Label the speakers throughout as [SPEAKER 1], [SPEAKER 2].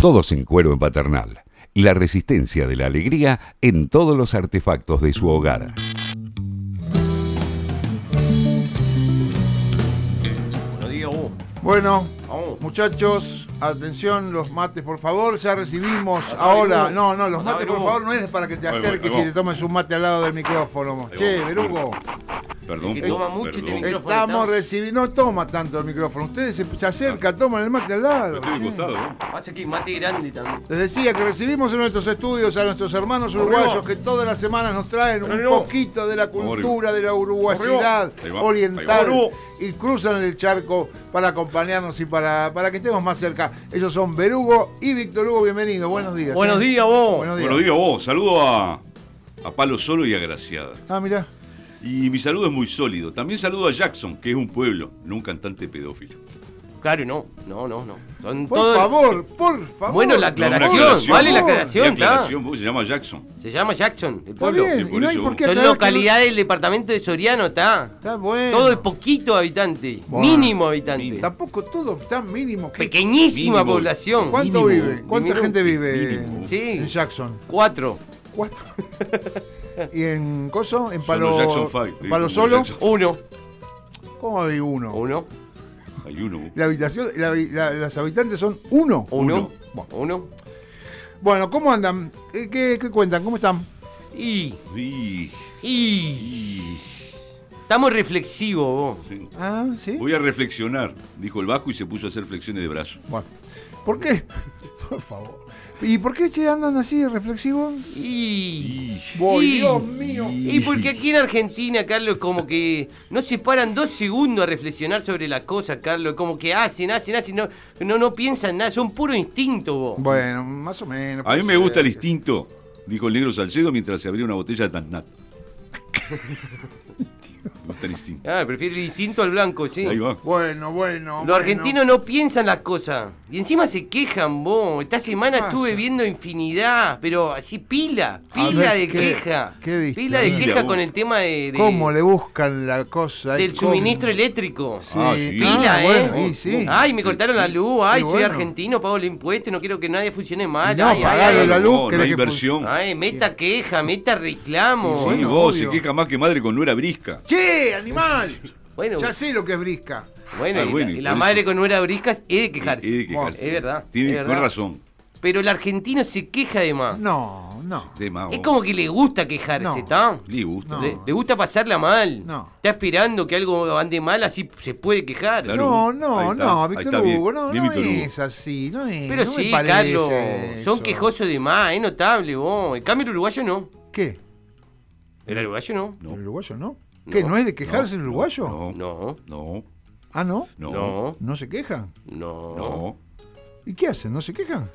[SPEAKER 1] Todos en cuero en paternal. La resistencia de la alegría en todos los artefactos de su hogar.
[SPEAKER 2] Buenos días, Hugo.
[SPEAKER 3] Bueno,
[SPEAKER 2] Vamos.
[SPEAKER 3] muchachos, atención, los mates, por favor, ya recibimos ahora.
[SPEAKER 2] Hugo.
[SPEAKER 3] No, no, los
[SPEAKER 2] Pasá,
[SPEAKER 3] mates, por
[SPEAKER 2] Hugo.
[SPEAKER 3] favor, no es para que te
[SPEAKER 4] Ahí voy,
[SPEAKER 3] acerques
[SPEAKER 4] ahí voy.
[SPEAKER 3] y te tomes un mate al lado del micrófono.
[SPEAKER 4] Ahí
[SPEAKER 3] Che,
[SPEAKER 4] voy.
[SPEAKER 3] Berugo,
[SPEAKER 4] Perdón.
[SPEAKER 2] Es que toma mucho y
[SPEAKER 4] perdón.
[SPEAKER 2] te- micrófono
[SPEAKER 3] estamos
[SPEAKER 2] está.
[SPEAKER 3] recibiendo. No toma tanto el micrófono, ustedes se, se acercan, toman el mate al
[SPEAKER 4] Yo
[SPEAKER 3] lado.
[SPEAKER 4] Estoy ¿eh? de
[SPEAKER 3] che.
[SPEAKER 4] costado, ¿no?
[SPEAKER 2] Pasa que hay mate grande también.
[SPEAKER 3] Les decía que recibimos en nuestros estudios a nuestros hermanos
[SPEAKER 2] Arriba.
[SPEAKER 3] uruguayos que todas las semanas nos traen un
[SPEAKER 2] Arriba.
[SPEAKER 3] poquito de la cultura, de la uruguayidad
[SPEAKER 4] Ahí va, ahí va.
[SPEAKER 3] oriental
[SPEAKER 2] Arriba.
[SPEAKER 3] y cruzan el charco para acompañarnos y para, para que estemos más cerca. Ellos son Berugo y Víctor Hugo, bienvenido, buenos días.
[SPEAKER 2] Buenos
[SPEAKER 3] ¿eh?
[SPEAKER 2] días, vos.
[SPEAKER 3] Buenos días.
[SPEAKER 4] Buenos días vos. Saludo a, a Palo Solo y a Graciada.
[SPEAKER 3] Ah, mirá,
[SPEAKER 4] Y mi saludo es muy sólido. También saludo a Jackson, que es un pueblo, no un cantante pedófilo.
[SPEAKER 2] Claro, no. No, no, no. Son
[SPEAKER 3] por
[SPEAKER 2] todos-
[SPEAKER 3] favor, por favor.
[SPEAKER 2] Bueno, la
[SPEAKER 4] No, una
[SPEAKER 2] aclaración, vale la
[SPEAKER 4] vos.
[SPEAKER 2] aclaración,
[SPEAKER 4] Una aclaración, vos se llama Jackson.
[SPEAKER 2] Se llama Jackson, el
[SPEAKER 3] Está
[SPEAKER 2] pueblo.
[SPEAKER 3] bien,
[SPEAKER 4] Sí,
[SPEAKER 3] y
[SPEAKER 4] por
[SPEAKER 3] no hay
[SPEAKER 4] eso.
[SPEAKER 3] por qué
[SPEAKER 2] Son
[SPEAKER 3] aclarar que no-
[SPEAKER 2] localidades del departamento de Soriano, está.
[SPEAKER 3] Está bueno.
[SPEAKER 2] Todo es poquito habitante.
[SPEAKER 3] Bueno.
[SPEAKER 2] Mínimo habitante.
[SPEAKER 4] Mínimo.
[SPEAKER 3] Tampoco todo tan mínimo. que-
[SPEAKER 2] Pequeñísima
[SPEAKER 4] Mínimo.
[SPEAKER 2] población.
[SPEAKER 3] ¿Cuánto
[SPEAKER 4] mínimo,
[SPEAKER 3] vive? ¿Cuánta
[SPEAKER 2] mínimo,
[SPEAKER 3] gente vive
[SPEAKER 4] mínimo.
[SPEAKER 2] Sí.
[SPEAKER 3] en Jackson?
[SPEAKER 2] Cuatro.
[SPEAKER 3] Cuatro. ¿Y en Coso? ¿En Palo,
[SPEAKER 4] los Jackson Five, sí,
[SPEAKER 3] Palo
[SPEAKER 4] los
[SPEAKER 3] Solo?
[SPEAKER 4] Jackson.
[SPEAKER 2] Uno.
[SPEAKER 3] ¿Cómo hay uno?
[SPEAKER 2] Uno.
[SPEAKER 4] Hay uno.
[SPEAKER 3] La habitación, la, la- las habitantes son uno.
[SPEAKER 2] Uno.
[SPEAKER 3] Bueno.
[SPEAKER 2] Uno.
[SPEAKER 3] Bueno, ¿cómo andan? Eh, ¿Qué, qué cuentan? ¿Cómo están?
[SPEAKER 2] Y.
[SPEAKER 4] Y-
[SPEAKER 2] Y.
[SPEAKER 4] y-
[SPEAKER 2] Estamos reflexivos, vos.
[SPEAKER 4] sí.
[SPEAKER 3] Ah, sí.
[SPEAKER 4] Voy a reflexionar, dijo el vasco y se puso a hacer flexiones de brazo.
[SPEAKER 3] Bueno. ¿Por qué? Por favor. ¿Y por qué che, andan así reflexivos?
[SPEAKER 2] Y.
[SPEAKER 4] Y-
[SPEAKER 3] Voy,
[SPEAKER 2] Y-
[SPEAKER 3] Dios mío.
[SPEAKER 2] Y porque aquí en Argentina, Carlos, como que no se paran dos segundos a reflexionar sobre las cosas, Carlos. Como que hacen, hacen, hacen, no, no, no piensan nada, son puro instinto, vos.
[SPEAKER 3] Bueno, más o menos.
[SPEAKER 4] A mí
[SPEAKER 3] puede
[SPEAKER 4] me
[SPEAKER 3] ser.
[SPEAKER 4] gusta el instinto, dijo el negro Salcedo mientras se abría una botella de Tanat. Me gusta el instinto.
[SPEAKER 2] Ah, prefiero el instinto al blanco, sí.
[SPEAKER 4] Ahí va.
[SPEAKER 3] Bueno, bueno.
[SPEAKER 2] Los
[SPEAKER 3] bueno.
[SPEAKER 2] argentinos no piensan las cosas. Y encima se quejan, vos. Esta semana
[SPEAKER 3] pasa?
[SPEAKER 2] estuve viendo infinidad, pero así pila,
[SPEAKER 3] A
[SPEAKER 2] pila
[SPEAKER 3] ver,
[SPEAKER 2] de
[SPEAKER 3] ¿qué-
[SPEAKER 2] queja.
[SPEAKER 3] qué viste?
[SPEAKER 2] Pila de
[SPEAKER 4] Pila,
[SPEAKER 2] queja
[SPEAKER 4] vos.
[SPEAKER 2] con el tema de, de-
[SPEAKER 3] ¿Cómo le buscan la cosa? ahí?
[SPEAKER 2] del
[SPEAKER 3] ¿Cómo?
[SPEAKER 2] suministro eléctrico.
[SPEAKER 3] Sí.
[SPEAKER 4] Ah, sí.
[SPEAKER 2] Pila,
[SPEAKER 3] Ah,
[SPEAKER 2] ¿eh?
[SPEAKER 3] bueno, y sí.
[SPEAKER 2] Ay, me cortaron la luz. Ay,
[SPEAKER 3] Y
[SPEAKER 2] soy
[SPEAKER 3] bueno.
[SPEAKER 2] argentino, pago el impuesto, no quiero que nadie funcione mal.
[SPEAKER 3] No,
[SPEAKER 2] ay, ay,
[SPEAKER 3] pagalo
[SPEAKER 2] ay.
[SPEAKER 3] la luz,
[SPEAKER 4] No,
[SPEAKER 3] que
[SPEAKER 4] no
[SPEAKER 3] la
[SPEAKER 4] hay
[SPEAKER 3] que fun-
[SPEAKER 4] inversión.
[SPEAKER 2] Ay, meta queja, meta reclamo.
[SPEAKER 4] Sí,
[SPEAKER 3] bueno,
[SPEAKER 4] vos
[SPEAKER 3] obvio.
[SPEAKER 4] se queja más que madre con nuera brisca.
[SPEAKER 3] Che, animal.
[SPEAKER 2] Bueno,
[SPEAKER 3] Ya sé lo que es brisca.
[SPEAKER 2] bueno,
[SPEAKER 4] Ah,
[SPEAKER 2] y la-
[SPEAKER 4] bueno,
[SPEAKER 2] y
[SPEAKER 4] y
[SPEAKER 2] la
[SPEAKER 4] por
[SPEAKER 2] madre
[SPEAKER 4] eso.
[SPEAKER 2] con nuera brisca he de quejarse.
[SPEAKER 4] Eh, que
[SPEAKER 3] Bueno,
[SPEAKER 4] casi.
[SPEAKER 2] es verdad,
[SPEAKER 4] Tiene
[SPEAKER 2] es
[SPEAKER 4] con
[SPEAKER 2] verdad.
[SPEAKER 4] razón.
[SPEAKER 2] Pero el argentino se queja de más.
[SPEAKER 3] No, no.
[SPEAKER 4] Ah. De más,
[SPEAKER 2] Es
[SPEAKER 4] vos.
[SPEAKER 2] como que le gusta quejarse,
[SPEAKER 3] No.
[SPEAKER 2] ¿está?
[SPEAKER 4] Le gusta.
[SPEAKER 3] No.
[SPEAKER 2] Le, le gusta pasarla mal.
[SPEAKER 3] No.
[SPEAKER 2] Está esperando que algo ande mal, así se puede quejar.
[SPEAKER 4] Claro.
[SPEAKER 3] No,
[SPEAKER 4] Ahí
[SPEAKER 3] no,
[SPEAKER 4] está,
[SPEAKER 3] no,
[SPEAKER 4] ahí
[SPEAKER 3] Víctor
[SPEAKER 4] está, bien,
[SPEAKER 3] Hugo, no,
[SPEAKER 4] bien
[SPEAKER 3] no
[SPEAKER 4] Víctor Hugo.
[SPEAKER 3] es así, no es.
[SPEAKER 2] Pero
[SPEAKER 3] no me
[SPEAKER 2] sí,
[SPEAKER 3] parece
[SPEAKER 2] Carlos, son
[SPEAKER 3] eso.
[SPEAKER 2] quejosos de más, es notable, vos. En cambio, el uruguayo no.
[SPEAKER 3] ¿Qué?
[SPEAKER 2] El uruguayo no.
[SPEAKER 4] No.
[SPEAKER 3] ¿El uruguayo no?
[SPEAKER 2] No.
[SPEAKER 3] ¿Qué? ¿No es de quejarse el
[SPEAKER 4] no,
[SPEAKER 3] uruguayo?
[SPEAKER 4] No, no,
[SPEAKER 2] No,
[SPEAKER 4] no,
[SPEAKER 3] Ah, ¿no?
[SPEAKER 4] no,
[SPEAKER 2] no,
[SPEAKER 3] ¿No se quejan?
[SPEAKER 2] no, no.
[SPEAKER 4] no,
[SPEAKER 3] ¿Y qué hacen? ¿No se quejan?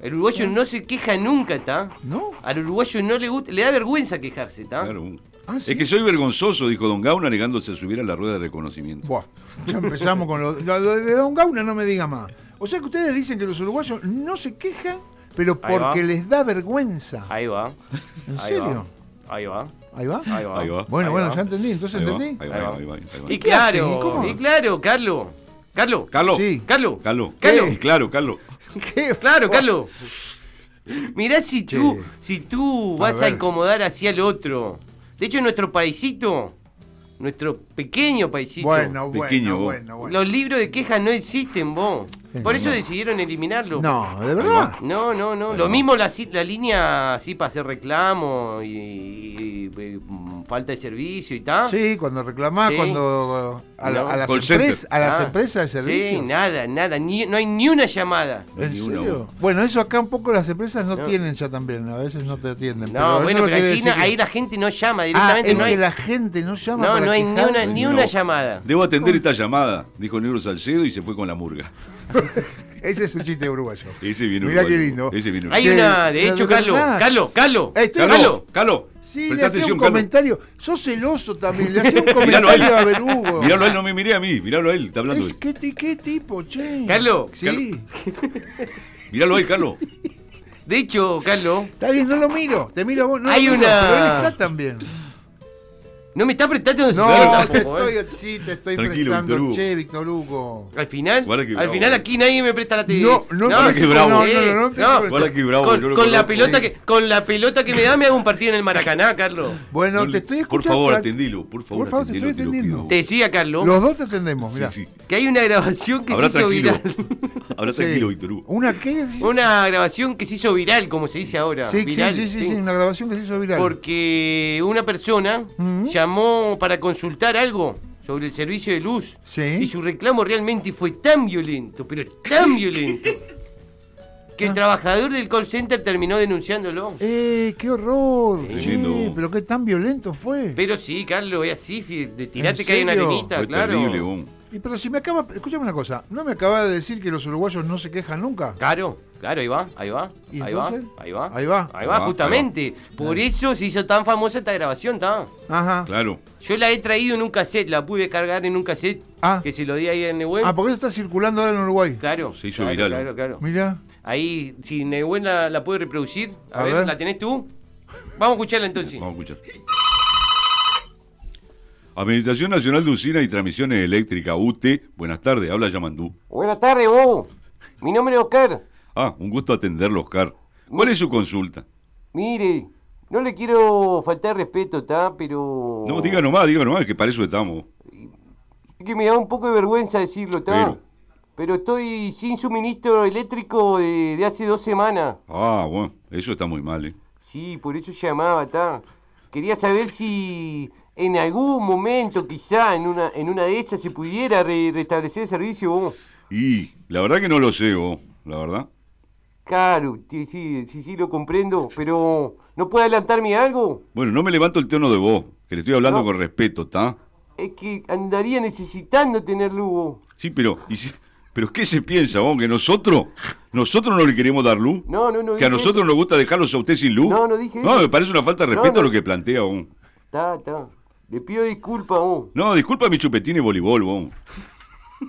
[SPEAKER 2] El uruguayo no se queja nunca, ¿está?
[SPEAKER 3] ¿No?
[SPEAKER 2] Al uruguayo no le gusta, le da vergüenza quejarse, ¿está?
[SPEAKER 4] Claro.
[SPEAKER 3] Ah, sí.
[SPEAKER 4] Es que soy vergonzoso, dijo Don Gauna, negándose a subir a la rueda de reconocimiento.
[SPEAKER 3] Buah, ya empezamos con lo, lo- lo de Don Gauna, no me diga más. O sea que ustedes dicen que los uruguayos no se quejan, pero
[SPEAKER 2] Ahí va.
[SPEAKER 3] porque les da vergüenza.
[SPEAKER 2] Ahí va.
[SPEAKER 3] ¿En
[SPEAKER 2] ahí
[SPEAKER 3] serio?
[SPEAKER 2] Va. Ahí va.
[SPEAKER 3] ¿Ahí va?
[SPEAKER 2] Ahí va.
[SPEAKER 4] Ahí va.
[SPEAKER 3] Bueno,
[SPEAKER 2] Ahí
[SPEAKER 3] bueno,
[SPEAKER 2] va.
[SPEAKER 3] ya entendí, entonces
[SPEAKER 4] Ahí va,
[SPEAKER 3] entendí.
[SPEAKER 4] ahí
[SPEAKER 2] Ahí
[SPEAKER 4] va,
[SPEAKER 2] va.
[SPEAKER 4] ahí va, ahí va.
[SPEAKER 2] Y
[SPEAKER 3] qué hacen? ¿Y
[SPEAKER 2] claro,
[SPEAKER 3] cómo?
[SPEAKER 2] y claro, Carlos. Carlos.
[SPEAKER 4] Carlos,
[SPEAKER 3] Sí.
[SPEAKER 2] Carlos.
[SPEAKER 4] Carlos,
[SPEAKER 2] Carlos.
[SPEAKER 4] Y claro, Carlos.
[SPEAKER 3] ¿Qué?
[SPEAKER 2] Claro, Carlos. Mirá si tú, si tú
[SPEAKER 3] A
[SPEAKER 2] vas a,
[SPEAKER 3] ver.
[SPEAKER 2] incomodar hacia el otro. De hecho, nuestro paisito, nuestro pequeño paisito,
[SPEAKER 3] Bueno, bueno,
[SPEAKER 4] Pequeño, vos.
[SPEAKER 3] bueno, bueno.
[SPEAKER 2] los libros de quejas no existen, vos.
[SPEAKER 3] Sí,
[SPEAKER 2] Por eso decidieron eliminarlo.
[SPEAKER 3] No, ¿de verdad?
[SPEAKER 2] No, no, no. Lo
[SPEAKER 4] Bueno.
[SPEAKER 2] mismo la, ci- la línea así para hacer reclamo y, y- y, mm, falta de servicio y tal.
[SPEAKER 3] Sí, cuando reclamás,
[SPEAKER 2] Ah. Sí.
[SPEAKER 3] cuando eh, a, la-
[SPEAKER 2] No.
[SPEAKER 3] a las
[SPEAKER 4] Call center.
[SPEAKER 3] empresas, a las
[SPEAKER 2] Ah,
[SPEAKER 3] empresas de servicio.
[SPEAKER 2] Sí, nada, nada. ni- no hay ni una llamada.
[SPEAKER 4] No hay
[SPEAKER 3] ¿En
[SPEAKER 4] ni una,
[SPEAKER 3] serio?
[SPEAKER 4] vos.
[SPEAKER 3] Bueno, eso acá un poco las empresas no,
[SPEAKER 2] No.
[SPEAKER 3] tienen ya también, a veces no te atienden.
[SPEAKER 2] No,
[SPEAKER 3] eso
[SPEAKER 2] bueno,
[SPEAKER 3] no
[SPEAKER 2] pero
[SPEAKER 3] quiere
[SPEAKER 2] ahí,
[SPEAKER 3] decir
[SPEAKER 2] na-
[SPEAKER 3] que-
[SPEAKER 2] ahí la gente no llama
[SPEAKER 3] Ah,
[SPEAKER 2] directamente.
[SPEAKER 3] es
[SPEAKER 2] no hay,
[SPEAKER 3] que la gente no llama
[SPEAKER 2] no,
[SPEAKER 3] para
[SPEAKER 2] no hay ni una,
[SPEAKER 3] quejarse.
[SPEAKER 2] ni
[SPEAKER 4] No.
[SPEAKER 2] una llamada.
[SPEAKER 4] Debo atender esta llamada, dijo el negro Salcedo y se fue con la murga.
[SPEAKER 3] Ese es un chiste uruguayo.
[SPEAKER 4] Ese viene
[SPEAKER 3] Mirá
[SPEAKER 4] uruguayo,
[SPEAKER 3] qué lindo.
[SPEAKER 4] Ese viene
[SPEAKER 2] Hay
[SPEAKER 3] Sí,
[SPEAKER 2] una, de
[SPEAKER 3] la
[SPEAKER 2] hecho,
[SPEAKER 3] verdad.
[SPEAKER 2] Carlos, Carlos, Carlos,
[SPEAKER 3] Eh, estoy-
[SPEAKER 2] Carlos.
[SPEAKER 4] Carlos, Carlos.
[SPEAKER 3] Sí, le hacía
[SPEAKER 4] prestá
[SPEAKER 3] un
[SPEAKER 4] atención, Carlos.
[SPEAKER 3] comentario. Sos celoso también, le hacía un
[SPEAKER 4] Miralo a él.
[SPEAKER 3] comentario a Berugo.
[SPEAKER 4] Miralo a él, no me miré a mí, miralo a él, está hablando
[SPEAKER 3] Es,
[SPEAKER 4] él.
[SPEAKER 3] ¿qué, ti- ¿Qué tipo, che?
[SPEAKER 2] Carlos,
[SPEAKER 3] Sí.
[SPEAKER 4] Miralo a él, Carlos.
[SPEAKER 2] De hecho, Carlos,
[SPEAKER 3] Está bien, no lo miro. Te miro a vos. No lo
[SPEAKER 2] Hay
[SPEAKER 3] miro,
[SPEAKER 2] una-
[SPEAKER 3] Pero él está también.
[SPEAKER 2] No me está prestando
[SPEAKER 3] No,
[SPEAKER 2] atención
[SPEAKER 3] te
[SPEAKER 2] tampoco, ¿eh?
[SPEAKER 3] estoy, sí, te estoy
[SPEAKER 4] Tranquilo,
[SPEAKER 3] prestando.
[SPEAKER 4] Víctor Hugo.
[SPEAKER 3] Che, Víctor Hugo.
[SPEAKER 2] Al final,
[SPEAKER 4] Guarda que
[SPEAKER 2] al
[SPEAKER 4] bravo. eh.
[SPEAKER 2] final aquí nadie me presta la atención.
[SPEAKER 3] No, no,
[SPEAKER 4] guarda que bravo.
[SPEAKER 3] no, no, no, no, no.
[SPEAKER 4] Guarda que bravo, yo
[SPEAKER 2] con,
[SPEAKER 4] lo
[SPEAKER 2] con la
[SPEAKER 4] conozco.
[SPEAKER 2] pelota
[SPEAKER 3] Sí.
[SPEAKER 2] que, con la pelota que me da me hago un partido en el Maracaná, Carlos.
[SPEAKER 3] Bueno,
[SPEAKER 4] No,
[SPEAKER 3] te estoy
[SPEAKER 4] Por
[SPEAKER 3] escuchando.
[SPEAKER 4] favor,
[SPEAKER 3] Fran-
[SPEAKER 4] atendilo. Por favor,
[SPEAKER 3] Por favor, te
[SPEAKER 4] atendilo,
[SPEAKER 3] estoy
[SPEAKER 4] lo
[SPEAKER 3] atendiendo.
[SPEAKER 2] Te
[SPEAKER 4] pido.
[SPEAKER 2] decía, Carlos,
[SPEAKER 3] Los dos te atendemos, mirá.
[SPEAKER 4] Sí, sí.
[SPEAKER 2] que hay una grabación que
[SPEAKER 4] Habrá
[SPEAKER 2] se hizo
[SPEAKER 4] tranquilo.
[SPEAKER 2] viral.
[SPEAKER 4] Habrá
[SPEAKER 3] Sí.
[SPEAKER 4] tranquilo, Víctor Hugo.
[SPEAKER 2] Uh,
[SPEAKER 3] ¿Una qué? Sí,
[SPEAKER 2] Una grabación que se hizo viral, como se dice ahora.
[SPEAKER 3] sí,
[SPEAKER 2] viral,
[SPEAKER 3] sí, sí,
[SPEAKER 2] sí.
[SPEAKER 3] sí, una grabación que se hizo viral.
[SPEAKER 2] Porque una persona
[SPEAKER 3] Ujú.
[SPEAKER 2] llamó para consultar algo sobre el servicio de luz.
[SPEAKER 3] Sí.
[SPEAKER 2] Y su reclamo realmente fue tan violento, pero tan violento, que el trabajador del call center terminó denunciándolo.
[SPEAKER 3] ¡Eh, qué horror!
[SPEAKER 4] Tremendo.
[SPEAKER 3] Che, pero qué tan violento fue.
[SPEAKER 2] Pero sí, Carlos, es así, fi- de tirate
[SPEAKER 3] ¿En
[SPEAKER 2] que hay una
[SPEAKER 3] serio?
[SPEAKER 2] arenita,
[SPEAKER 4] Fue
[SPEAKER 2] claro.
[SPEAKER 4] terrible, Bon.
[SPEAKER 3] Y pero si me acaba, escúchame una cosa, ¿no me acaba de decir que los uruguayos no se quejan nunca?
[SPEAKER 2] Claro, claro, ahí va, ahí va,
[SPEAKER 3] ¿Y
[SPEAKER 2] ahí va,
[SPEAKER 3] entonces?
[SPEAKER 2] ahí va,
[SPEAKER 3] Ahí va.
[SPEAKER 2] ahí va, justamente. Por eso se hizo tan famosa esta grabación, ¿está?
[SPEAKER 3] Ajá.
[SPEAKER 4] Claro.
[SPEAKER 2] Yo la he traído en un cassette, la pude cargar en un cassette
[SPEAKER 3] Ah.
[SPEAKER 2] que se lo di ahí en Nehuen.
[SPEAKER 3] Ah, porque eso está circulando ahora en Uruguay.
[SPEAKER 2] Claro,
[SPEAKER 4] Se hizo
[SPEAKER 2] claro,
[SPEAKER 4] viral.
[SPEAKER 2] Claro, claro.
[SPEAKER 3] Mirá.
[SPEAKER 2] Ahí, si Nehuen la, la puede reproducir, a,
[SPEAKER 3] A
[SPEAKER 2] ver,
[SPEAKER 3] ver.
[SPEAKER 2] ¿la tenés tú? Vamos a escucharla entonces.
[SPEAKER 4] Vamos a escuchar. Administración Nacional de Usina y Transmisiones Eléctricas, UT. Buenas tardes, habla Yamandú.
[SPEAKER 2] Buenas tardes, vos. Mi nombre es Oscar.
[SPEAKER 4] Ah, un gusto atenderlo, Oscar. ¿Cuál es su consulta?
[SPEAKER 2] Mire, no le quiero faltar respeto, ¿está? Pero.
[SPEAKER 4] No, diga nomás, diga nomás, que para eso estamos.
[SPEAKER 2] Es que me da un poco de vergüenza decirlo, ¿está? Pero,
[SPEAKER 4] Pero.
[SPEAKER 2] estoy sin suministro eléctrico de, de hace dos semanas.
[SPEAKER 4] Ah, bueno, eso está muy mal, ¿eh?
[SPEAKER 2] Sí, por eso llamaba, ¿está? Quería saber si en algún momento, quizá en una, en una de esas, se pudiera re- restablecer el servicio. vos.
[SPEAKER 4] Y la verdad que no lo sé, vos, la verdad.
[SPEAKER 2] Claro, sí, sí, sí, sí, lo comprendo, pero ¿no puede adelantarme algo?
[SPEAKER 4] Bueno, no me levanto el tono de voz, que le estoy hablando
[SPEAKER 2] No.
[SPEAKER 4] con respeto, ¿está?
[SPEAKER 2] Es que andaría necesitando tener luz.
[SPEAKER 4] Sí, pero, y si- pero ¿qué se piensa, vos? ¿Que nosotros, nosotros no le queremos dar luz?
[SPEAKER 2] No, no, no
[SPEAKER 4] ¿Que a
[SPEAKER 2] dije
[SPEAKER 4] nosotros nos gusta dejarlos a usted sin luz?
[SPEAKER 2] No, no dije
[SPEAKER 4] No,
[SPEAKER 2] eso.
[SPEAKER 4] me parece una falta
[SPEAKER 2] No,
[SPEAKER 4] de
[SPEAKER 2] no.
[SPEAKER 4] respeto a lo que plantea, vos.
[SPEAKER 2] Está, está. Le pido disculpas, vos.
[SPEAKER 4] No, disculpa mi chupetín y voleibol, vos.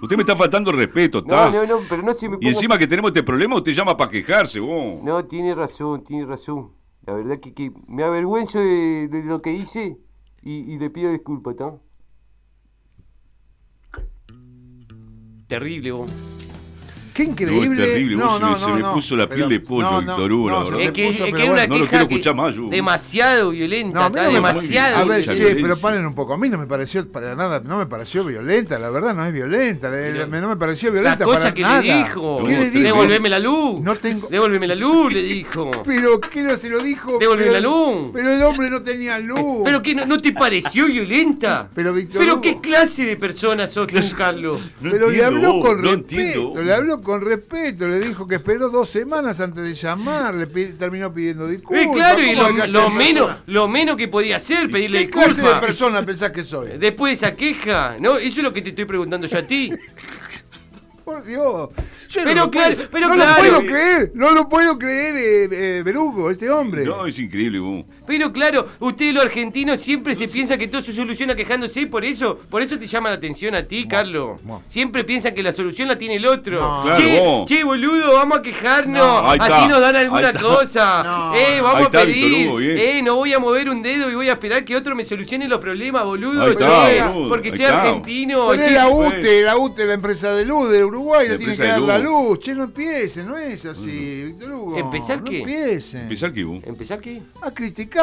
[SPEAKER 4] Usted me está faltando el respeto,
[SPEAKER 2] No,
[SPEAKER 4] ¿está?
[SPEAKER 2] no, no, pero no se me
[SPEAKER 4] y
[SPEAKER 2] ponga-
[SPEAKER 4] encima que tenemos este problema, usted llama para quejarse, vos.
[SPEAKER 2] No, tiene razón, tiene razón. La verdad que, que me avergüenzo de, de lo que hice y, y le pido disculpas, ¿está? Terrible, vos.
[SPEAKER 3] Qué increíble.
[SPEAKER 4] No, es terrible,
[SPEAKER 3] No,
[SPEAKER 4] vos se
[SPEAKER 3] no,
[SPEAKER 4] me- se
[SPEAKER 3] no,
[SPEAKER 4] me
[SPEAKER 3] no.
[SPEAKER 4] puso la piel de pollo, Víctor Hugo, la
[SPEAKER 3] se
[SPEAKER 4] verdad.
[SPEAKER 3] te
[SPEAKER 2] Es que, es
[SPEAKER 3] puso,
[SPEAKER 2] que una
[SPEAKER 3] pero bueno.
[SPEAKER 4] no lo
[SPEAKER 2] queja
[SPEAKER 4] quiero
[SPEAKER 2] que-
[SPEAKER 4] escuchar más, yo.
[SPEAKER 2] demasiado violenta,
[SPEAKER 3] No, a mí
[SPEAKER 2] está
[SPEAKER 3] no me pareció-
[SPEAKER 2] demasiado.
[SPEAKER 3] A ver,
[SPEAKER 4] mucha
[SPEAKER 3] che,
[SPEAKER 4] violencia.
[SPEAKER 3] pero paren un poco. A mí no me pareció para nada, no me pareció violenta, la verdad, no es violenta. la-
[SPEAKER 2] Pero-
[SPEAKER 3] la- no me pareció
[SPEAKER 2] la
[SPEAKER 3] violenta
[SPEAKER 2] cosa
[SPEAKER 3] para
[SPEAKER 2] que
[SPEAKER 3] nada.
[SPEAKER 2] le dijo.
[SPEAKER 3] ¿Qué le dijo?
[SPEAKER 2] Devolveme la luz.
[SPEAKER 3] No tengo-
[SPEAKER 2] Devolveme la luz, le dijo.
[SPEAKER 3] Pero ¿qué no se lo dijo?
[SPEAKER 2] Devolveme
[SPEAKER 3] Pero-
[SPEAKER 2] la luz.
[SPEAKER 3] Pero el hombre no tenía luz.
[SPEAKER 2] ¿Pero que no, no te pareció violenta?
[SPEAKER 3] Pero, Víctor
[SPEAKER 2] ¿Pero
[SPEAKER 3] Hugo-
[SPEAKER 2] qué clase de persona sos tú, Carlos?
[SPEAKER 4] No
[SPEAKER 3] Pero le
[SPEAKER 4] entiendo,
[SPEAKER 3] habló
[SPEAKER 4] vos,
[SPEAKER 3] con
[SPEAKER 4] no
[SPEAKER 3] respeto,
[SPEAKER 4] entiendo.
[SPEAKER 3] le habló con respeto, le dijo que esperó dos semanas antes de llamar, le pi- terminó pidiendo disculpas.
[SPEAKER 2] Eh, claro, y
[SPEAKER 3] ¿cómo
[SPEAKER 2] lo,
[SPEAKER 3] hay que hacer
[SPEAKER 2] lo
[SPEAKER 3] persona?
[SPEAKER 2] menos, lo menos que podía hacer, pedirle
[SPEAKER 3] ¿Qué clase de
[SPEAKER 2] disculpas.
[SPEAKER 3] persona pensás que soy?
[SPEAKER 2] Después de esa queja, ¿no? Eso es lo que te estoy preguntando yo a ti.
[SPEAKER 3] Por Dios. Yo
[SPEAKER 2] Pero
[SPEAKER 3] no lo
[SPEAKER 2] claro,
[SPEAKER 3] puedo-
[SPEAKER 2] pero
[SPEAKER 3] no
[SPEAKER 2] claro.
[SPEAKER 3] lo puedo creer, no lo puedo creer, eh, eh, Berugo, este hombre.
[SPEAKER 4] No, es increíble, vos.
[SPEAKER 2] Pero claro, ustedes los argentinos siempre se piensa que todo se soluciona quejándose y por eso, por eso te llama la atención a ti, Carlos.
[SPEAKER 3] bueno.
[SPEAKER 2] Siempre piensan que la solución la tiene el otro.
[SPEAKER 3] No.
[SPEAKER 4] Claro,
[SPEAKER 2] che,
[SPEAKER 4] vos.
[SPEAKER 2] che, boludo, vamos a quejarnos,
[SPEAKER 4] No. Ahí
[SPEAKER 2] así
[SPEAKER 4] está,
[SPEAKER 2] nos dan
[SPEAKER 4] ahí
[SPEAKER 2] alguna
[SPEAKER 4] está.
[SPEAKER 2] cosa.
[SPEAKER 3] No.
[SPEAKER 2] Eh,
[SPEAKER 4] Ahí
[SPEAKER 2] vamos
[SPEAKER 4] está,
[SPEAKER 2] a
[SPEAKER 4] Víctor
[SPEAKER 2] pedir,
[SPEAKER 4] Hugo, bien.
[SPEAKER 2] eh, no voy a mover un dedo y voy a esperar que otro me solucione los problemas, boludo,
[SPEAKER 4] Ahí está,
[SPEAKER 2] che,
[SPEAKER 4] boludo,
[SPEAKER 2] porque
[SPEAKER 4] ahí
[SPEAKER 2] soy
[SPEAKER 4] está.
[SPEAKER 2] argentino.
[SPEAKER 3] Poné
[SPEAKER 2] che.
[SPEAKER 3] la
[SPEAKER 4] fue.
[SPEAKER 2] pues.
[SPEAKER 3] UTE, la UTE, la empresa de luz de Uruguay,
[SPEAKER 4] La
[SPEAKER 3] le tiene que
[SPEAKER 4] empresa
[SPEAKER 3] dar
[SPEAKER 4] de
[SPEAKER 3] la
[SPEAKER 4] luz.
[SPEAKER 3] luz. Che, no empiecen, no es así, Víctor Hugo.
[SPEAKER 2] ¿Empezar
[SPEAKER 3] no
[SPEAKER 2] qué?
[SPEAKER 3] empiecen.
[SPEAKER 4] Pensar que vos.
[SPEAKER 2] ¿Empezar qué?
[SPEAKER 3] A criticarnos,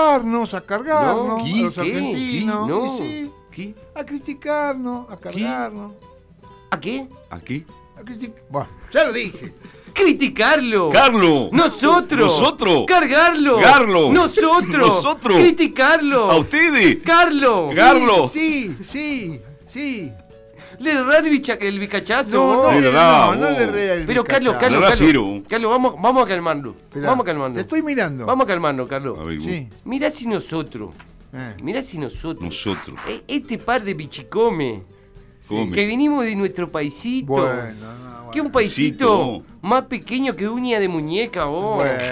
[SPEAKER 3] a cargarnos,
[SPEAKER 2] No,
[SPEAKER 3] a los
[SPEAKER 2] ¿qué?
[SPEAKER 3] argentinos.
[SPEAKER 2] ¿Qué? No.
[SPEAKER 3] y sí. A criticarnos, a cargarnos.
[SPEAKER 2] ¿A qué?
[SPEAKER 4] ¿Aquí?
[SPEAKER 3] A critic- Bueno, ya lo dije.
[SPEAKER 2] Criticarlo.
[SPEAKER 4] ¡Carlos!
[SPEAKER 2] Nosotros.
[SPEAKER 4] ¡Nosotros!
[SPEAKER 2] Cargarlo.
[SPEAKER 4] Carlo.
[SPEAKER 2] Nosotros.
[SPEAKER 4] Nosotros.
[SPEAKER 2] Criticarlo.
[SPEAKER 4] ¡A ustedes!
[SPEAKER 2] Carlos.
[SPEAKER 4] Ca- Carlos.
[SPEAKER 3] Sí, sí, sí.
[SPEAKER 2] Le errar el, bicha- el bicachazo.
[SPEAKER 3] No,
[SPEAKER 2] vos.
[SPEAKER 3] no, le-
[SPEAKER 4] Verdad,
[SPEAKER 3] no, no
[SPEAKER 4] vos.
[SPEAKER 3] le re
[SPEAKER 2] Pero Carlos,
[SPEAKER 4] Le
[SPEAKER 2] Carlos,
[SPEAKER 4] erra
[SPEAKER 2] Carlos,
[SPEAKER 4] Ciro.
[SPEAKER 2] Carlos, vamos, vamos a calmarlo.
[SPEAKER 3] Esperá,
[SPEAKER 2] vamos a calmarlo.
[SPEAKER 3] Te estoy mirando.
[SPEAKER 2] Vamos a calmarlo, Carlos.
[SPEAKER 4] A ver, vos.
[SPEAKER 3] Sí.
[SPEAKER 2] Mirá si nosotros,
[SPEAKER 3] eh.
[SPEAKER 2] mirá si nosotros,
[SPEAKER 4] Nosotros.
[SPEAKER 2] e- este par de bichicome,
[SPEAKER 4] Come.
[SPEAKER 2] que vinimos de nuestro paisito,
[SPEAKER 3] Bueno, no, bueno.
[SPEAKER 2] que un paisito
[SPEAKER 4] Paisito.
[SPEAKER 2] más pequeño que uña de muñeca, vos.
[SPEAKER 3] Bueno, no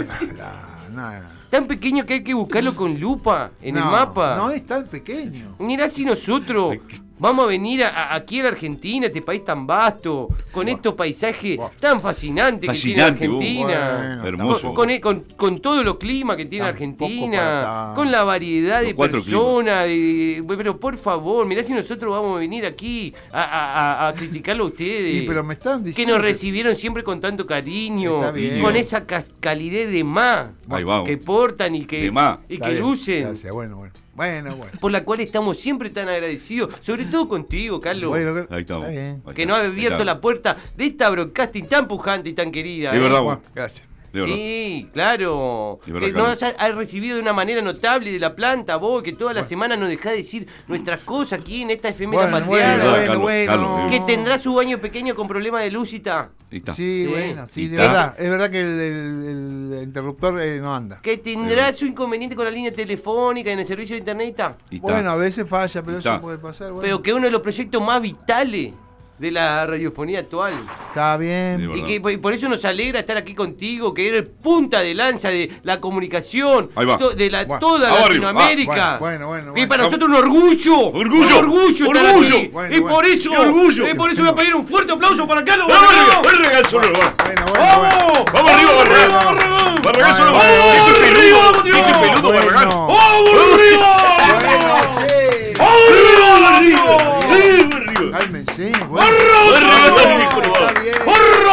[SPEAKER 3] es verdad, no.
[SPEAKER 2] Tan pequeño que hay que buscarlo con lupa en el
[SPEAKER 3] No,
[SPEAKER 2] mapa.
[SPEAKER 3] No es tan pequeño.
[SPEAKER 2] Mirá si nosotros Vamos a venir a- a- aquí a la Argentina, este país tan vasto, con estos paisajes
[SPEAKER 3] Buah. uh,
[SPEAKER 2] tan fascinantes que tiene
[SPEAKER 4] Fascinante, vos.
[SPEAKER 2] Argentina.
[SPEAKER 3] Bueno,
[SPEAKER 2] Con,
[SPEAKER 4] Hermoso.
[SPEAKER 2] con- con- con todo lo clima que tiene
[SPEAKER 3] Tampoco para
[SPEAKER 2] Argentina,
[SPEAKER 3] tanto.
[SPEAKER 2] con la variedad
[SPEAKER 4] Los
[SPEAKER 2] de
[SPEAKER 4] cuatro
[SPEAKER 2] personas, de- pero por favor, mirá si nosotros vamos a venir aquí a, a- a- a criticarlo a ustedes.
[SPEAKER 3] Y, pero me están
[SPEAKER 2] que
[SPEAKER 3] diciendo.
[SPEAKER 2] nos recibieron siempre con tanto cariño,
[SPEAKER 3] Está bien.
[SPEAKER 2] con esa cas- calidez de más
[SPEAKER 4] Ahí vamos.
[SPEAKER 2] que portan y que,
[SPEAKER 4] De más.
[SPEAKER 2] y
[SPEAKER 3] Está
[SPEAKER 2] que
[SPEAKER 3] bien,
[SPEAKER 2] lucen
[SPEAKER 3] Gracias, bueno, bueno. Bueno, bueno.
[SPEAKER 2] por la cual estamos siempre tan agradecidos, sobre todo contigo, Carlos,
[SPEAKER 3] Bueno,
[SPEAKER 4] Ahí estamos.
[SPEAKER 3] Está bien.
[SPEAKER 4] Ahí está.
[SPEAKER 2] que nos ha abierto
[SPEAKER 4] Está.
[SPEAKER 2] la puerta de esta broadcasting tan pujante y tan querida.
[SPEAKER 4] Es
[SPEAKER 2] ¿eh?
[SPEAKER 4] verdad, vos.
[SPEAKER 3] Bueno, gracias.
[SPEAKER 4] De verdad.
[SPEAKER 2] Sí, claro. Eh,
[SPEAKER 4] Es verdad,
[SPEAKER 2] Que
[SPEAKER 4] Carlos.
[SPEAKER 2] nos has, has recibido de una manera notable de la planta, vos, que toda la semana nos dejás decir nuestras cosas aquí en esta efemera
[SPEAKER 3] Bueno,
[SPEAKER 4] Es
[SPEAKER 2] patriada.
[SPEAKER 4] verdad,
[SPEAKER 3] bueno,
[SPEAKER 4] Carlos,
[SPEAKER 3] bueno.
[SPEAKER 4] Carlos,
[SPEAKER 2] Que
[SPEAKER 4] es-
[SPEAKER 3] no.
[SPEAKER 2] tendrá su baño pequeño con problema de lúcita.
[SPEAKER 4] ahí está.
[SPEAKER 3] Sí,
[SPEAKER 2] Sí.
[SPEAKER 3] bueno, sí,
[SPEAKER 4] Y
[SPEAKER 3] de
[SPEAKER 4] está.
[SPEAKER 3] verdad. Es verdad que el, el- el interruptor eh, no anda.
[SPEAKER 2] Que tendrá su inconveniente con la línea telefónica en el servicio de internet. y tal.
[SPEAKER 4] Y está.
[SPEAKER 3] Bueno, a veces falla, pero
[SPEAKER 4] Y
[SPEAKER 3] eso
[SPEAKER 4] está.
[SPEAKER 3] puede pasar. bueno.
[SPEAKER 2] Pero que uno de los proyectos más vitales de la radiofonía actual.
[SPEAKER 3] Está
[SPEAKER 4] De
[SPEAKER 3] bien.
[SPEAKER 4] verdad.
[SPEAKER 2] Y que y por eso nos alegra estar aquí contigo, que eres punta de lanza de la comunicación
[SPEAKER 4] Ahí va.
[SPEAKER 2] to- de la,
[SPEAKER 3] Bueno. Ah,
[SPEAKER 2] toda
[SPEAKER 4] Vamos arriba, va.
[SPEAKER 2] Latinoamérica.
[SPEAKER 3] Bueno, bueno, bueno,
[SPEAKER 2] Y
[SPEAKER 3] bueno.
[SPEAKER 2] para nosotros un orgullo.
[SPEAKER 4] Orgullo,
[SPEAKER 2] Un orgullo. estar
[SPEAKER 4] orgullo.
[SPEAKER 2] aquí.
[SPEAKER 3] Bueno,
[SPEAKER 2] y
[SPEAKER 3] bueno.
[SPEAKER 2] por eso.
[SPEAKER 4] Y orgullo.
[SPEAKER 2] Y por eso voy a pedir un fuerte aplauso para Carlos.
[SPEAKER 4] ¡Vamos arriba!
[SPEAKER 2] Barragán.
[SPEAKER 4] ¡Barragán solo!
[SPEAKER 3] Bueno,
[SPEAKER 4] va!
[SPEAKER 3] bueno, bueno.
[SPEAKER 2] ¡Vamos!
[SPEAKER 4] ¡Vamos arriba, Barragán!
[SPEAKER 2] Barragán!
[SPEAKER 4] ¡Barragán solo!
[SPEAKER 3] Bueno.
[SPEAKER 4] ¡Qué peludo!
[SPEAKER 2] Arriba,
[SPEAKER 4] ¡Qué peludo,
[SPEAKER 3] Bueno.
[SPEAKER 4] Barragán! ¡Oh, ¡Vamos arriba!
[SPEAKER 3] Bueno, sí.
[SPEAKER 4] ¡Arriba, Barragán! ¡Arriba, arriba!
[SPEAKER 3] Cálmense. bueno.
[SPEAKER 4] ¡Barragán!
[SPEAKER 3] Está bien.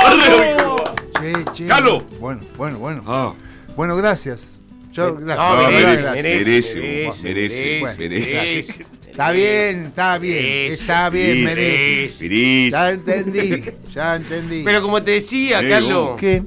[SPEAKER 4] ¡Arriba!
[SPEAKER 3] Che, che.
[SPEAKER 4] Calo.
[SPEAKER 3] Bueno, bueno, bueno.
[SPEAKER 4] Ah.
[SPEAKER 3] Bueno, gracias. Yo,
[SPEAKER 2] No,
[SPEAKER 3] gracias.
[SPEAKER 4] Ah,
[SPEAKER 3] Gracias,
[SPEAKER 4] merece,
[SPEAKER 2] merece,
[SPEAKER 3] gracias.
[SPEAKER 4] merece,
[SPEAKER 2] merece,
[SPEAKER 4] merece,
[SPEAKER 2] merece,
[SPEAKER 4] merece.
[SPEAKER 2] merece.
[SPEAKER 3] Está bien, está bien,
[SPEAKER 2] Merece.
[SPEAKER 3] está bien, merece.
[SPEAKER 4] Feliz, feliz.
[SPEAKER 3] Ya entendí, ya entendí.
[SPEAKER 2] Pero como te decía,
[SPEAKER 4] Sí,
[SPEAKER 2] Carlos,
[SPEAKER 4] vos.
[SPEAKER 3] ¿Qué?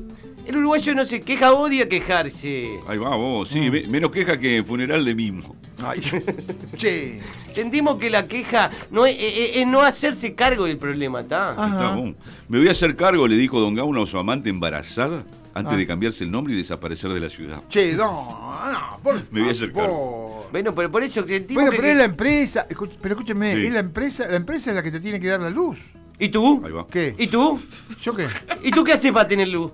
[SPEAKER 2] el uruguayo no se queja, odia quejarse.
[SPEAKER 4] Ahí va, vos,
[SPEAKER 3] Mm.
[SPEAKER 4] sí, me- menos queja que funeral de mimo.
[SPEAKER 3] Ay. Che.
[SPEAKER 2] Entendimos que la queja no es, es- es no hacerse cargo del problema, ¿está?
[SPEAKER 3] Ah. Ajá.
[SPEAKER 4] Está, vos. Me voy a hacer cargo, le dijo Don Gauna a su amante embarazada
[SPEAKER 3] Ah.
[SPEAKER 4] antes de cambiarse el nombre y desaparecer de la ciudad.
[SPEAKER 3] Che, no, no, por favor.
[SPEAKER 4] Me voy a acercar.
[SPEAKER 2] Bueno, pero por eso sentimos
[SPEAKER 3] Bueno,
[SPEAKER 2] que...
[SPEAKER 3] pero es la empresa. escuch- Pero escúcheme,
[SPEAKER 4] Sí.
[SPEAKER 3] es la empresa, la empresa es la que te tiene que dar la luz.
[SPEAKER 2] ¿Y tú?
[SPEAKER 4] Ahí va.
[SPEAKER 3] ¿Qué?
[SPEAKER 2] ¿Y tú?
[SPEAKER 3] ¿Yo qué?
[SPEAKER 2] ¿Y tú qué haces para tener luz?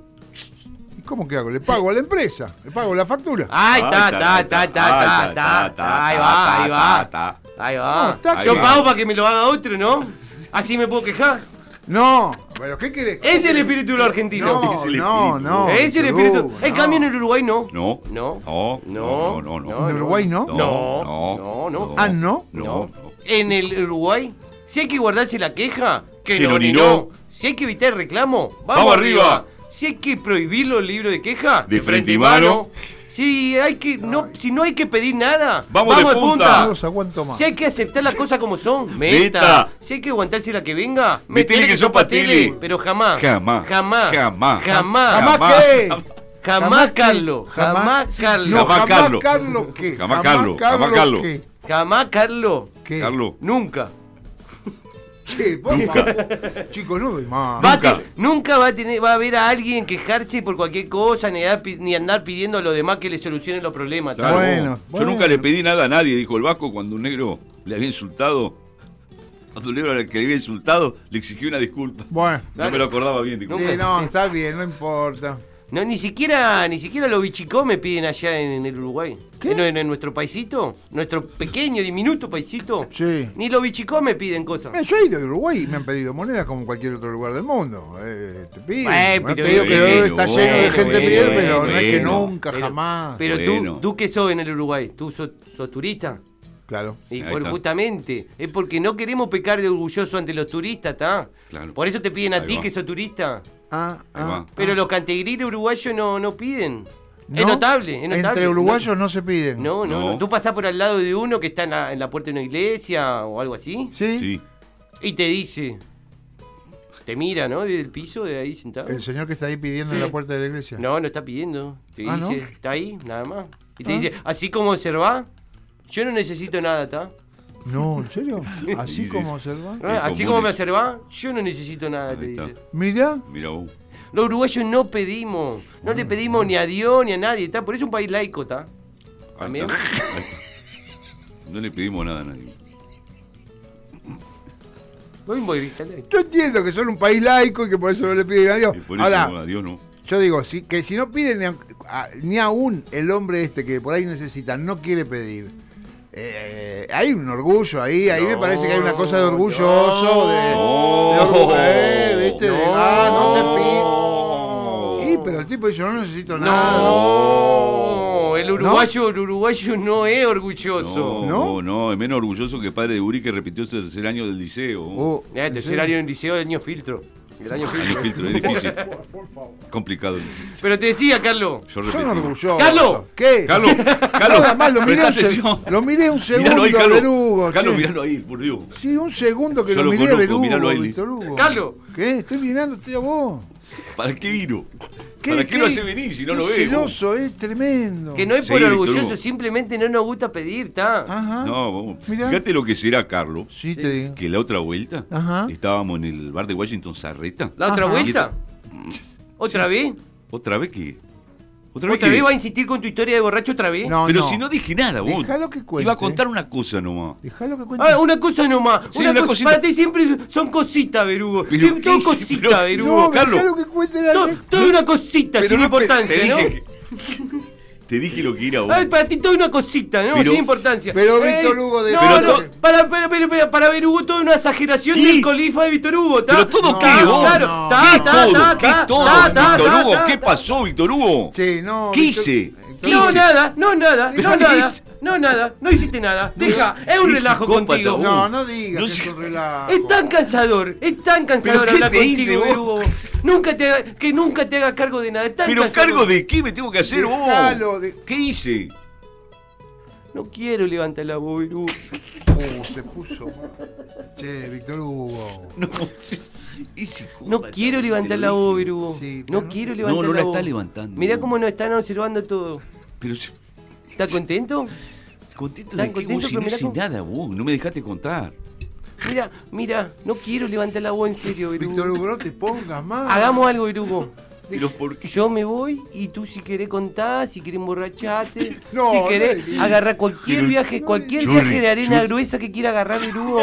[SPEAKER 3] ¿Y ¿Cómo que hago? Le pago a la empresa, le pago la factura.
[SPEAKER 2] Ahí está,
[SPEAKER 4] Ah,
[SPEAKER 2] está, está, está,
[SPEAKER 4] está,
[SPEAKER 2] está,
[SPEAKER 4] está,
[SPEAKER 2] está, ahí
[SPEAKER 4] está,
[SPEAKER 2] va, ahí va.
[SPEAKER 4] está, está.
[SPEAKER 2] Ahí
[SPEAKER 3] No,
[SPEAKER 2] va.
[SPEAKER 3] está
[SPEAKER 2] Yo
[SPEAKER 4] bien.
[SPEAKER 2] pago para que me lo haga otro, ¿no? Así me puedo quejar.
[SPEAKER 3] No, pero ¿qué querés?
[SPEAKER 2] Ese es el espíritu del argentino.
[SPEAKER 3] No,
[SPEAKER 4] Es el
[SPEAKER 3] no,
[SPEAKER 4] espíritu.
[SPEAKER 3] no.
[SPEAKER 2] Ese es el
[SPEAKER 3] Perú,
[SPEAKER 2] espíritu. ¿Eh? En
[SPEAKER 3] no.
[SPEAKER 2] cambio en el Uruguay no.
[SPEAKER 4] No.
[SPEAKER 2] No.
[SPEAKER 4] No.
[SPEAKER 2] No.
[SPEAKER 4] No, no, no.
[SPEAKER 3] ¿En Uruguay no?
[SPEAKER 2] No. No, no.
[SPEAKER 3] Ah, ¿no?
[SPEAKER 4] No.
[SPEAKER 2] En el Uruguay, si hay que guardarse la queja, que
[SPEAKER 4] Que
[SPEAKER 2] no
[SPEAKER 4] no
[SPEAKER 2] ni
[SPEAKER 4] orinó.
[SPEAKER 2] no. Si hay que evitar el reclamo, vamos,
[SPEAKER 4] Vamos
[SPEAKER 2] arriba.
[SPEAKER 4] arriba.
[SPEAKER 2] Si hay que prohibir los libros de queja,
[SPEAKER 4] De frente y mano.
[SPEAKER 2] Si hay que no, si no hay que pedir nada,
[SPEAKER 4] Vamos de punta.
[SPEAKER 3] No los aguanto más.
[SPEAKER 2] Si hay que aceptar las cosas como son, meta.
[SPEAKER 4] Meta.
[SPEAKER 2] Si hay que aguantarse la que venga,
[SPEAKER 4] Metele que sopa tele.
[SPEAKER 2] Pero jamás.
[SPEAKER 4] Jamás.
[SPEAKER 2] Jamás.
[SPEAKER 4] Jamás.
[SPEAKER 2] Jamás.
[SPEAKER 3] Jamás,
[SPEAKER 2] Jamás,
[SPEAKER 4] Jamás.
[SPEAKER 3] qué.
[SPEAKER 2] jamás, Carlos.
[SPEAKER 3] jamás.
[SPEAKER 2] Jamás, Carlos.
[SPEAKER 3] No, jamás,
[SPEAKER 4] Jamás
[SPEAKER 3] Carlos.
[SPEAKER 4] Carlos.
[SPEAKER 3] ¿qué?
[SPEAKER 4] Jamás Carlos, jamás Carlos.
[SPEAKER 3] ¿qué?
[SPEAKER 2] Jamás, Carlos.
[SPEAKER 3] ¿Qué?
[SPEAKER 4] Carlos.
[SPEAKER 2] Nunca.
[SPEAKER 3] Che, por favor. Chicos, no doy más.
[SPEAKER 2] Va a
[SPEAKER 4] Nunca.
[SPEAKER 2] te- nunca va a tener, va a haber a alguien quejarse por cualquier cosa, ni, dar pi- ni andar pidiendo a los demás que le solucionen los problemas. ¿tá?
[SPEAKER 4] Claro,
[SPEAKER 3] Bueno,
[SPEAKER 4] vos.
[SPEAKER 3] bueno.
[SPEAKER 4] Yo nunca le pedí nada a nadie, dijo el Vasco cuando un negro le había insultado. Cuando un negro al que le había insultado, le exigió una disculpa.
[SPEAKER 3] Bueno.
[SPEAKER 4] No me lo acordaba bien, disculpa.
[SPEAKER 3] Sí, no, está bien, no importa.
[SPEAKER 2] No, ni siquiera, ni siquiera los bichicó me piden allá en, en el Uruguay.
[SPEAKER 3] ¿Qué?
[SPEAKER 2] En, en- en nuestro paisito, nuestro pequeño, diminuto paisito.
[SPEAKER 3] Sí. Eh,
[SPEAKER 2] Ni los bichicó me piden cosas.
[SPEAKER 3] Mira, yo he ido a Uruguay y me han pedido monedas como en cualquier otro lugar del mundo. Eh, te piden.
[SPEAKER 2] Bueno,
[SPEAKER 3] Bueno, te
[SPEAKER 2] pero-
[SPEAKER 3] digo que
[SPEAKER 4] bueno,
[SPEAKER 3] está lleno de
[SPEAKER 4] bueno,
[SPEAKER 3] gente
[SPEAKER 4] bueno,
[SPEAKER 3] pidiendo,
[SPEAKER 4] bueno,
[SPEAKER 3] pero no es que
[SPEAKER 4] bueno.
[SPEAKER 3] nunca,
[SPEAKER 2] Pero-
[SPEAKER 3] jamás.
[SPEAKER 2] Pero
[SPEAKER 4] Bueno.
[SPEAKER 2] tú, ¿tú qué sos en el Uruguay? ¿Tú sos, sos turista?
[SPEAKER 3] claro.
[SPEAKER 2] Y
[SPEAKER 4] Ahí
[SPEAKER 2] por-
[SPEAKER 4] está.
[SPEAKER 2] justamente, es porque no queremos pecar de orgulloso ante los turistas, ¿está?
[SPEAKER 4] Claro.
[SPEAKER 2] Por eso te piden a
[SPEAKER 4] Ahí
[SPEAKER 2] ti
[SPEAKER 4] va.
[SPEAKER 2] que sos turista.
[SPEAKER 3] Ah,
[SPEAKER 4] Ahí va.
[SPEAKER 3] ah.
[SPEAKER 2] Pero los cantegriles uruguayos no, no piden. Es
[SPEAKER 3] ¿No?
[SPEAKER 2] notable, es notable.
[SPEAKER 3] Entre uruguayos no, se piden.
[SPEAKER 2] No, no, no.
[SPEAKER 4] No.
[SPEAKER 2] Tú pasás por al lado de uno que está en la, en la puerta de una iglesia o algo así
[SPEAKER 3] ¿Sí?
[SPEAKER 4] Sí.
[SPEAKER 2] y te dice. Te mira, ¿no? Desde el piso, de ahí sentado.
[SPEAKER 3] El señor que está ahí pidiendo en
[SPEAKER 2] Sí.
[SPEAKER 3] la puerta de la iglesia.
[SPEAKER 2] No, no está pidiendo. Te
[SPEAKER 3] Ah,
[SPEAKER 2] dice,
[SPEAKER 3] ¿no? Ah.
[SPEAKER 2] está ahí, nada más. Y te dice, así como observá, yo no necesito nada, ¿está?
[SPEAKER 3] No, ¿en serio?
[SPEAKER 4] Sí,
[SPEAKER 3] Así
[SPEAKER 4] sí.
[SPEAKER 3] como observa.
[SPEAKER 4] Ahí
[SPEAKER 2] Así
[SPEAKER 4] comunes.
[SPEAKER 2] como me observá, yo no necesito nada,
[SPEAKER 4] Ahí
[SPEAKER 2] te
[SPEAKER 4] está.
[SPEAKER 2] dice.
[SPEAKER 3] Mirá.
[SPEAKER 4] Mira vos.
[SPEAKER 2] Los uruguayos no pedimos, no
[SPEAKER 4] Mm.
[SPEAKER 2] le pedimos ni a Dios ni a nadie, ¿está? Por eso es un país laico, ¿está?
[SPEAKER 4] Ahí
[SPEAKER 2] También.
[SPEAKER 4] está. Ahí está. No le pedimos nada a nadie.
[SPEAKER 2] Voy muy bien,
[SPEAKER 3] Yo entiendo que son un país laico y que por eso no le piden a Dios.
[SPEAKER 4] Y por eso,
[SPEAKER 3] Ahora,
[SPEAKER 4] no, a Dios no.
[SPEAKER 3] Yo digo, si- que si no piden ni, a- a- ni aún el hombre este que por ahí necesita, no quiere pedir, eh, hay un orgullo ahí, ahí me parece que hay una cosa de
[SPEAKER 2] No,
[SPEAKER 3] orgulloso, de, de
[SPEAKER 4] no.
[SPEAKER 3] orgu- eh, ¿viste? De,
[SPEAKER 2] No.
[SPEAKER 3] ah, no te pido. Y, pero el tipo dice, no necesito nada.
[SPEAKER 2] No, el uruguayo, el uruguayo no es orgulloso.
[SPEAKER 4] No,
[SPEAKER 3] ¿No?
[SPEAKER 4] no, no, es menos orgulloso que padre de Uri que repitió su tercer año del liceo.
[SPEAKER 3] Oh,
[SPEAKER 2] Eh,
[SPEAKER 4] este,
[SPEAKER 3] ¿en
[SPEAKER 2] tercer
[SPEAKER 3] serio?
[SPEAKER 2] año en liceo, el año filtro. El año
[SPEAKER 4] Año
[SPEAKER 2] filtro.
[SPEAKER 4] filtro, es difícil. Complicado. el liceo.
[SPEAKER 2] Pero te decía, Carlos.
[SPEAKER 4] Yo
[SPEAKER 3] Son
[SPEAKER 4] repetí.
[SPEAKER 3] orgullosos.
[SPEAKER 2] ¡Carlos!
[SPEAKER 3] ¿Qué?
[SPEAKER 4] Carlos, Carlos,
[SPEAKER 3] Nada más, lo miré, un,
[SPEAKER 4] prestá
[SPEAKER 3] se-
[SPEAKER 4] atención.
[SPEAKER 3] lo miré un
[SPEAKER 4] Miralo
[SPEAKER 3] segundo,
[SPEAKER 4] ahí, Carlos.
[SPEAKER 3] Berugo.
[SPEAKER 4] Carlos,
[SPEAKER 3] che.
[SPEAKER 4] miralo ahí, por Dios.
[SPEAKER 3] Sí, un segundo que
[SPEAKER 4] Yo
[SPEAKER 3] lo,
[SPEAKER 4] lo
[SPEAKER 3] miré
[SPEAKER 4] conozco,
[SPEAKER 3] a Berugo,
[SPEAKER 4] miralo ahí.
[SPEAKER 3] Víctor Hugo.
[SPEAKER 2] Carlos.
[SPEAKER 3] ¿Qué? Estoy mirando, estoy a vos.
[SPEAKER 4] ¿Para qué vino? ¿Para qué, lo hace venir si no
[SPEAKER 3] qué
[SPEAKER 4] lo vemos?
[SPEAKER 3] celoso, es tremendo.
[SPEAKER 2] Que no es
[SPEAKER 4] Sí, Ah.
[SPEAKER 2] por
[SPEAKER 4] Víctor
[SPEAKER 2] orgulloso,
[SPEAKER 4] Hugo.
[SPEAKER 2] simplemente no nos gusta pedir, ¿tá?
[SPEAKER 3] Ajá.
[SPEAKER 4] No, Eh, vamos.
[SPEAKER 3] ah? Mirá.
[SPEAKER 4] Fíjate lo que será, Carlos.
[SPEAKER 3] Sí, te digo.
[SPEAKER 4] Que la otra vuelta
[SPEAKER 3] Ajá.
[SPEAKER 4] estábamos en el bar de Washington Sarreta.
[SPEAKER 2] ¿La otra
[SPEAKER 3] Ajá.
[SPEAKER 2] vuelta? ¿Otra vez?
[SPEAKER 4] ¿Otra vez qué? ¿Otra vez
[SPEAKER 2] ¿Otra vez
[SPEAKER 4] qué?
[SPEAKER 2] va a insistir con tu historia de borracho otra vez?
[SPEAKER 3] No,
[SPEAKER 4] Pero
[SPEAKER 3] no.
[SPEAKER 4] si no dije nada, vos.
[SPEAKER 3] Dejalo que cuente.
[SPEAKER 4] Iba a contar una cosa nomás.
[SPEAKER 3] Dejalo que cuente.
[SPEAKER 2] Ah, una cosa nomás.
[SPEAKER 4] Sí,
[SPEAKER 2] una
[SPEAKER 4] una
[SPEAKER 2] co-
[SPEAKER 4] cosita.
[SPEAKER 2] Para ti siempre son cositas, Verugo.
[SPEAKER 4] Pero
[SPEAKER 2] Siempre todo
[SPEAKER 4] ¿qué hice?
[SPEAKER 2] cosita,
[SPEAKER 4] Pero-
[SPEAKER 2] Verugo.
[SPEAKER 3] no,
[SPEAKER 4] Hugo, Carlos.
[SPEAKER 3] dejalo que cuente la
[SPEAKER 2] todo, todo una cosita, sin
[SPEAKER 4] no,
[SPEAKER 2] importancia,
[SPEAKER 4] te
[SPEAKER 2] ¿no?
[SPEAKER 4] dije que- te dije lo que era vos.
[SPEAKER 2] Ay, para ti todo una cosita, ¿no?
[SPEAKER 4] Pero-
[SPEAKER 2] sin importancia.
[SPEAKER 3] pero
[SPEAKER 2] Ey,
[SPEAKER 3] Víctor Hugo de-
[SPEAKER 2] No,
[SPEAKER 4] pero
[SPEAKER 2] no,
[SPEAKER 4] to-
[SPEAKER 2] para, para, para, para, para Verugo toda una exageración
[SPEAKER 4] ¿Qué?
[SPEAKER 2] del colifa de Víctor Hugo, ¿tá?
[SPEAKER 4] Pero todo
[SPEAKER 3] No,
[SPEAKER 4] qué, vos.
[SPEAKER 2] Claro,
[SPEAKER 3] no.
[SPEAKER 2] ta,
[SPEAKER 4] ¿Qué
[SPEAKER 2] ta,
[SPEAKER 4] todo?
[SPEAKER 2] ta,
[SPEAKER 4] ¿Qué
[SPEAKER 2] ta,
[SPEAKER 4] todo,
[SPEAKER 2] ta, ta,
[SPEAKER 4] Víctor
[SPEAKER 2] ta,
[SPEAKER 4] Hugo?
[SPEAKER 2] ta,
[SPEAKER 4] ¿Qué
[SPEAKER 2] ta.
[SPEAKER 4] pasó, Víctor Hugo?
[SPEAKER 3] Sí, no.
[SPEAKER 4] ¿Qué
[SPEAKER 3] Víctor-
[SPEAKER 4] hice? ¿Qué
[SPEAKER 2] No,
[SPEAKER 4] hice?
[SPEAKER 2] nada, no, nada,
[SPEAKER 4] Pero
[SPEAKER 2] no,
[SPEAKER 4] ¿qué
[SPEAKER 2] nada,
[SPEAKER 4] dice?
[SPEAKER 2] no, nada, no hiciste nada. Deja, es un
[SPEAKER 4] qué
[SPEAKER 2] relajo
[SPEAKER 4] psicópata,
[SPEAKER 2] contigo.
[SPEAKER 4] vos.
[SPEAKER 3] No, no digas
[SPEAKER 4] No
[SPEAKER 3] que
[SPEAKER 4] sé. Este
[SPEAKER 3] es un relajo.
[SPEAKER 2] Es tan cansador, es tan cansador
[SPEAKER 4] qué
[SPEAKER 2] hablar
[SPEAKER 4] te hice,
[SPEAKER 2] contigo,
[SPEAKER 4] vos?
[SPEAKER 2] Hugo. Nunca te haga- que nunca te hagas cargo de nada. es tan
[SPEAKER 4] ¿Pero
[SPEAKER 2] cansador.
[SPEAKER 4] cargo de qué me tengo que hacer vos?
[SPEAKER 3] Dejalo de-
[SPEAKER 4] ¿Qué hice?
[SPEAKER 2] No quiero levantar la voz, Hugo.
[SPEAKER 3] Uh, se puso. mal. Che, Víctor Hugo.
[SPEAKER 4] No, sí, es psicópata,
[SPEAKER 2] No quiero
[SPEAKER 4] te
[SPEAKER 2] levantar la
[SPEAKER 4] dije.
[SPEAKER 2] voz, Hugo.
[SPEAKER 3] Sí, pero
[SPEAKER 2] no
[SPEAKER 3] no-
[SPEAKER 2] quiero
[SPEAKER 4] No,
[SPEAKER 2] levantar
[SPEAKER 4] no la
[SPEAKER 2] voz.
[SPEAKER 4] está levantando.
[SPEAKER 2] Mirá cómo nos están observando todo.
[SPEAKER 4] Pero si-
[SPEAKER 2] ¿Estás contento?
[SPEAKER 4] contento
[SPEAKER 2] Tan
[SPEAKER 4] de que
[SPEAKER 2] contento,
[SPEAKER 4] vos si
[SPEAKER 2] pero
[SPEAKER 4] no
[SPEAKER 2] mirá
[SPEAKER 4] hice
[SPEAKER 2] cómo-
[SPEAKER 4] nada vos, no me dejaste contar.
[SPEAKER 2] Mira, mira, no quiero levantar la voz en serio,
[SPEAKER 3] Víctor
[SPEAKER 2] Hugo.
[SPEAKER 3] Hugo, no te pongas más.
[SPEAKER 2] Hagamos algo, Hugo.
[SPEAKER 4] Pero ¿por qué?
[SPEAKER 2] Yo me voy y tú si querés contar, si querés emborracharte,
[SPEAKER 3] No,
[SPEAKER 2] si
[SPEAKER 3] no
[SPEAKER 2] querés
[SPEAKER 3] le digas.
[SPEAKER 2] agarrar cualquier
[SPEAKER 4] Pero-
[SPEAKER 2] viaje, cualquier
[SPEAKER 4] Yo
[SPEAKER 2] viaje
[SPEAKER 4] le-
[SPEAKER 2] de arena
[SPEAKER 4] yo-
[SPEAKER 2] gruesa que quiera agarrar el Hugo,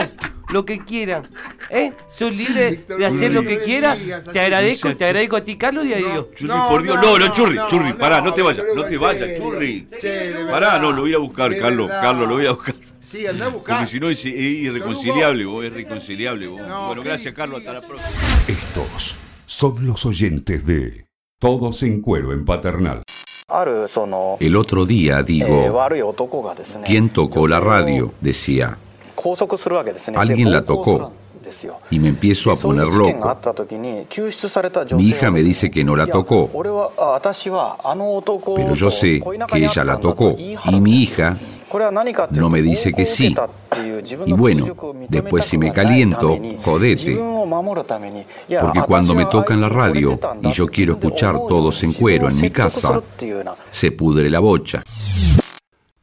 [SPEAKER 2] lo que quiera. ¿Eh? Sos libre
[SPEAKER 3] Víctor,
[SPEAKER 2] de hacer
[SPEAKER 3] no
[SPEAKER 2] lo
[SPEAKER 3] le
[SPEAKER 2] que quiera.
[SPEAKER 3] digas así.
[SPEAKER 2] Te agradezco,
[SPEAKER 4] Exacto.
[SPEAKER 2] te agradezco a ti, Carlos, y a
[SPEAKER 3] No,
[SPEAKER 2] Dios.
[SPEAKER 4] Churri, por Dios. No, no, Churri, Churri, pará, no te vayas,
[SPEAKER 3] Víctor Hugo,
[SPEAKER 4] no te
[SPEAKER 3] en
[SPEAKER 4] vayas,
[SPEAKER 3] serio.
[SPEAKER 4] Churri.
[SPEAKER 3] Che, de verdad.
[SPEAKER 4] Pará, no, lo voy a ir a buscar,
[SPEAKER 3] De
[SPEAKER 4] Carlos.
[SPEAKER 3] verdad.
[SPEAKER 4] Carlos, lo voy a buscar.
[SPEAKER 3] Sí, andá a buscar.
[SPEAKER 4] Porque si no es, es irreconciliable, vos, es irreconciliable. Vos.
[SPEAKER 3] No,
[SPEAKER 4] bueno,
[SPEAKER 3] qué
[SPEAKER 4] gracias, Carlos. Hasta
[SPEAKER 3] difícil.
[SPEAKER 4] la próxima.
[SPEAKER 1] Estos son los oyentes de Todos en Cuero en Paternal.
[SPEAKER 5] あるその、
[SPEAKER 6] El otro día
[SPEAKER 5] えー
[SPEAKER 6] digo,
[SPEAKER 5] 悪い男がですね
[SPEAKER 6] ¿quién tocó la
[SPEAKER 5] 女性を
[SPEAKER 6] radio? Decía,
[SPEAKER 5] 拘束するわけですね
[SPEAKER 6] Alguien
[SPEAKER 5] で
[SPEAKER 6] la
[SPEAKER 5] 暴行
[SPEAKER 6] tocó.
[SPEAKER 5] するんですよ
[SPEAKER 6] y me empiezo a
[SPEAKER 5] そうい
[SPEAKER 6] poner
[SPEAKER 5] う事件があ
[SPEAKER 6] loco.
[SPEAKER 5] った時に救出された女
[SPEAKER 6] Mi
[SPEAKER 5] 性
[SPEAKER 6] hija
[SPEAKER 5] は
[SPEAKER 6] me dice que no la
[SPEAKER 5] いや
[SPEAKER 6] tocó,
[SPEAKER 5] 俺はあ私はあの男と
[SPEAKER 6] pero yo sé
[SPEAKER 5] 恋仲
[SPEAKER 6] que
[SPEAKER 5] にあった
[SPEAKER 6] ella
[SPEAKER 5] んだ
[SPEAKER 6] la
[SPEAKER 5] と
[SPEAKER 6] tocó
[SPEAKER 5] 言い張
[SPEAKER 6] y
[SPEAKER 5] る
[SPEAKER 6] mi hija,
[SPEAKER 5] これは何かっていう
[SPEAKER 6] no
[SPEAKER 5] と
[SPEAKER 6] me dice
[SPEAKER 5] 暴行
[SPEAKER 6] que
[SPEAKER 5] を受
[SPEAKER 6] sí
[SPEAKER 5] けたっていう自分
[SPEAKER 6] Y
[SPEAKER 5] の
[SPEAKER 6] bueno,
[SPEAKER 5] 屈辱を認
[SPEAKER 6] después
[SPEAKER 5] めた
[SPEAKER 6] si
[SPEAKER 5] く
[SPEAKER 6] me
[SPEAKER 5] はないため
[SPEAKER 6] caliento,
[SPEAKER 5] に
[SPEAKER 6] jodete.
[SPEAKER 5] 自分を守るためにいや
[SPEAKER 6] Porque
[SPEAKER 5] 私
[SPEAKER 6] cuando me
[SPEAKER 5] は
[SPEAKER 6] tocan la
[SPEAKER 5] あいつを惚れてたんだ
[SPEAKER 6] radio y yo
[SPEAKER 5] 自
[SPEAKER 6] quiero
[SPEAKER 5] 分で
[SPEAKER 6] escuchar
[SPEAKER 5] 思うように
[SPEAKER 6] todos en
[SPEAKER 5] 自分
[SPEAKER 6] cuero
[SPEAKER 5] を
[SPEAKER 6] en mi
[SPEAKER 5] 説得する
[SPEAKER 6] casa,
[SPEAKER 5] っていうような
[SPEAKER 6] se pudre la bocha.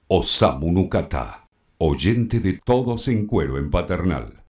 [SPEAKER 1] Osamu Nukata, oyente de Todos en Cuero en Paternal.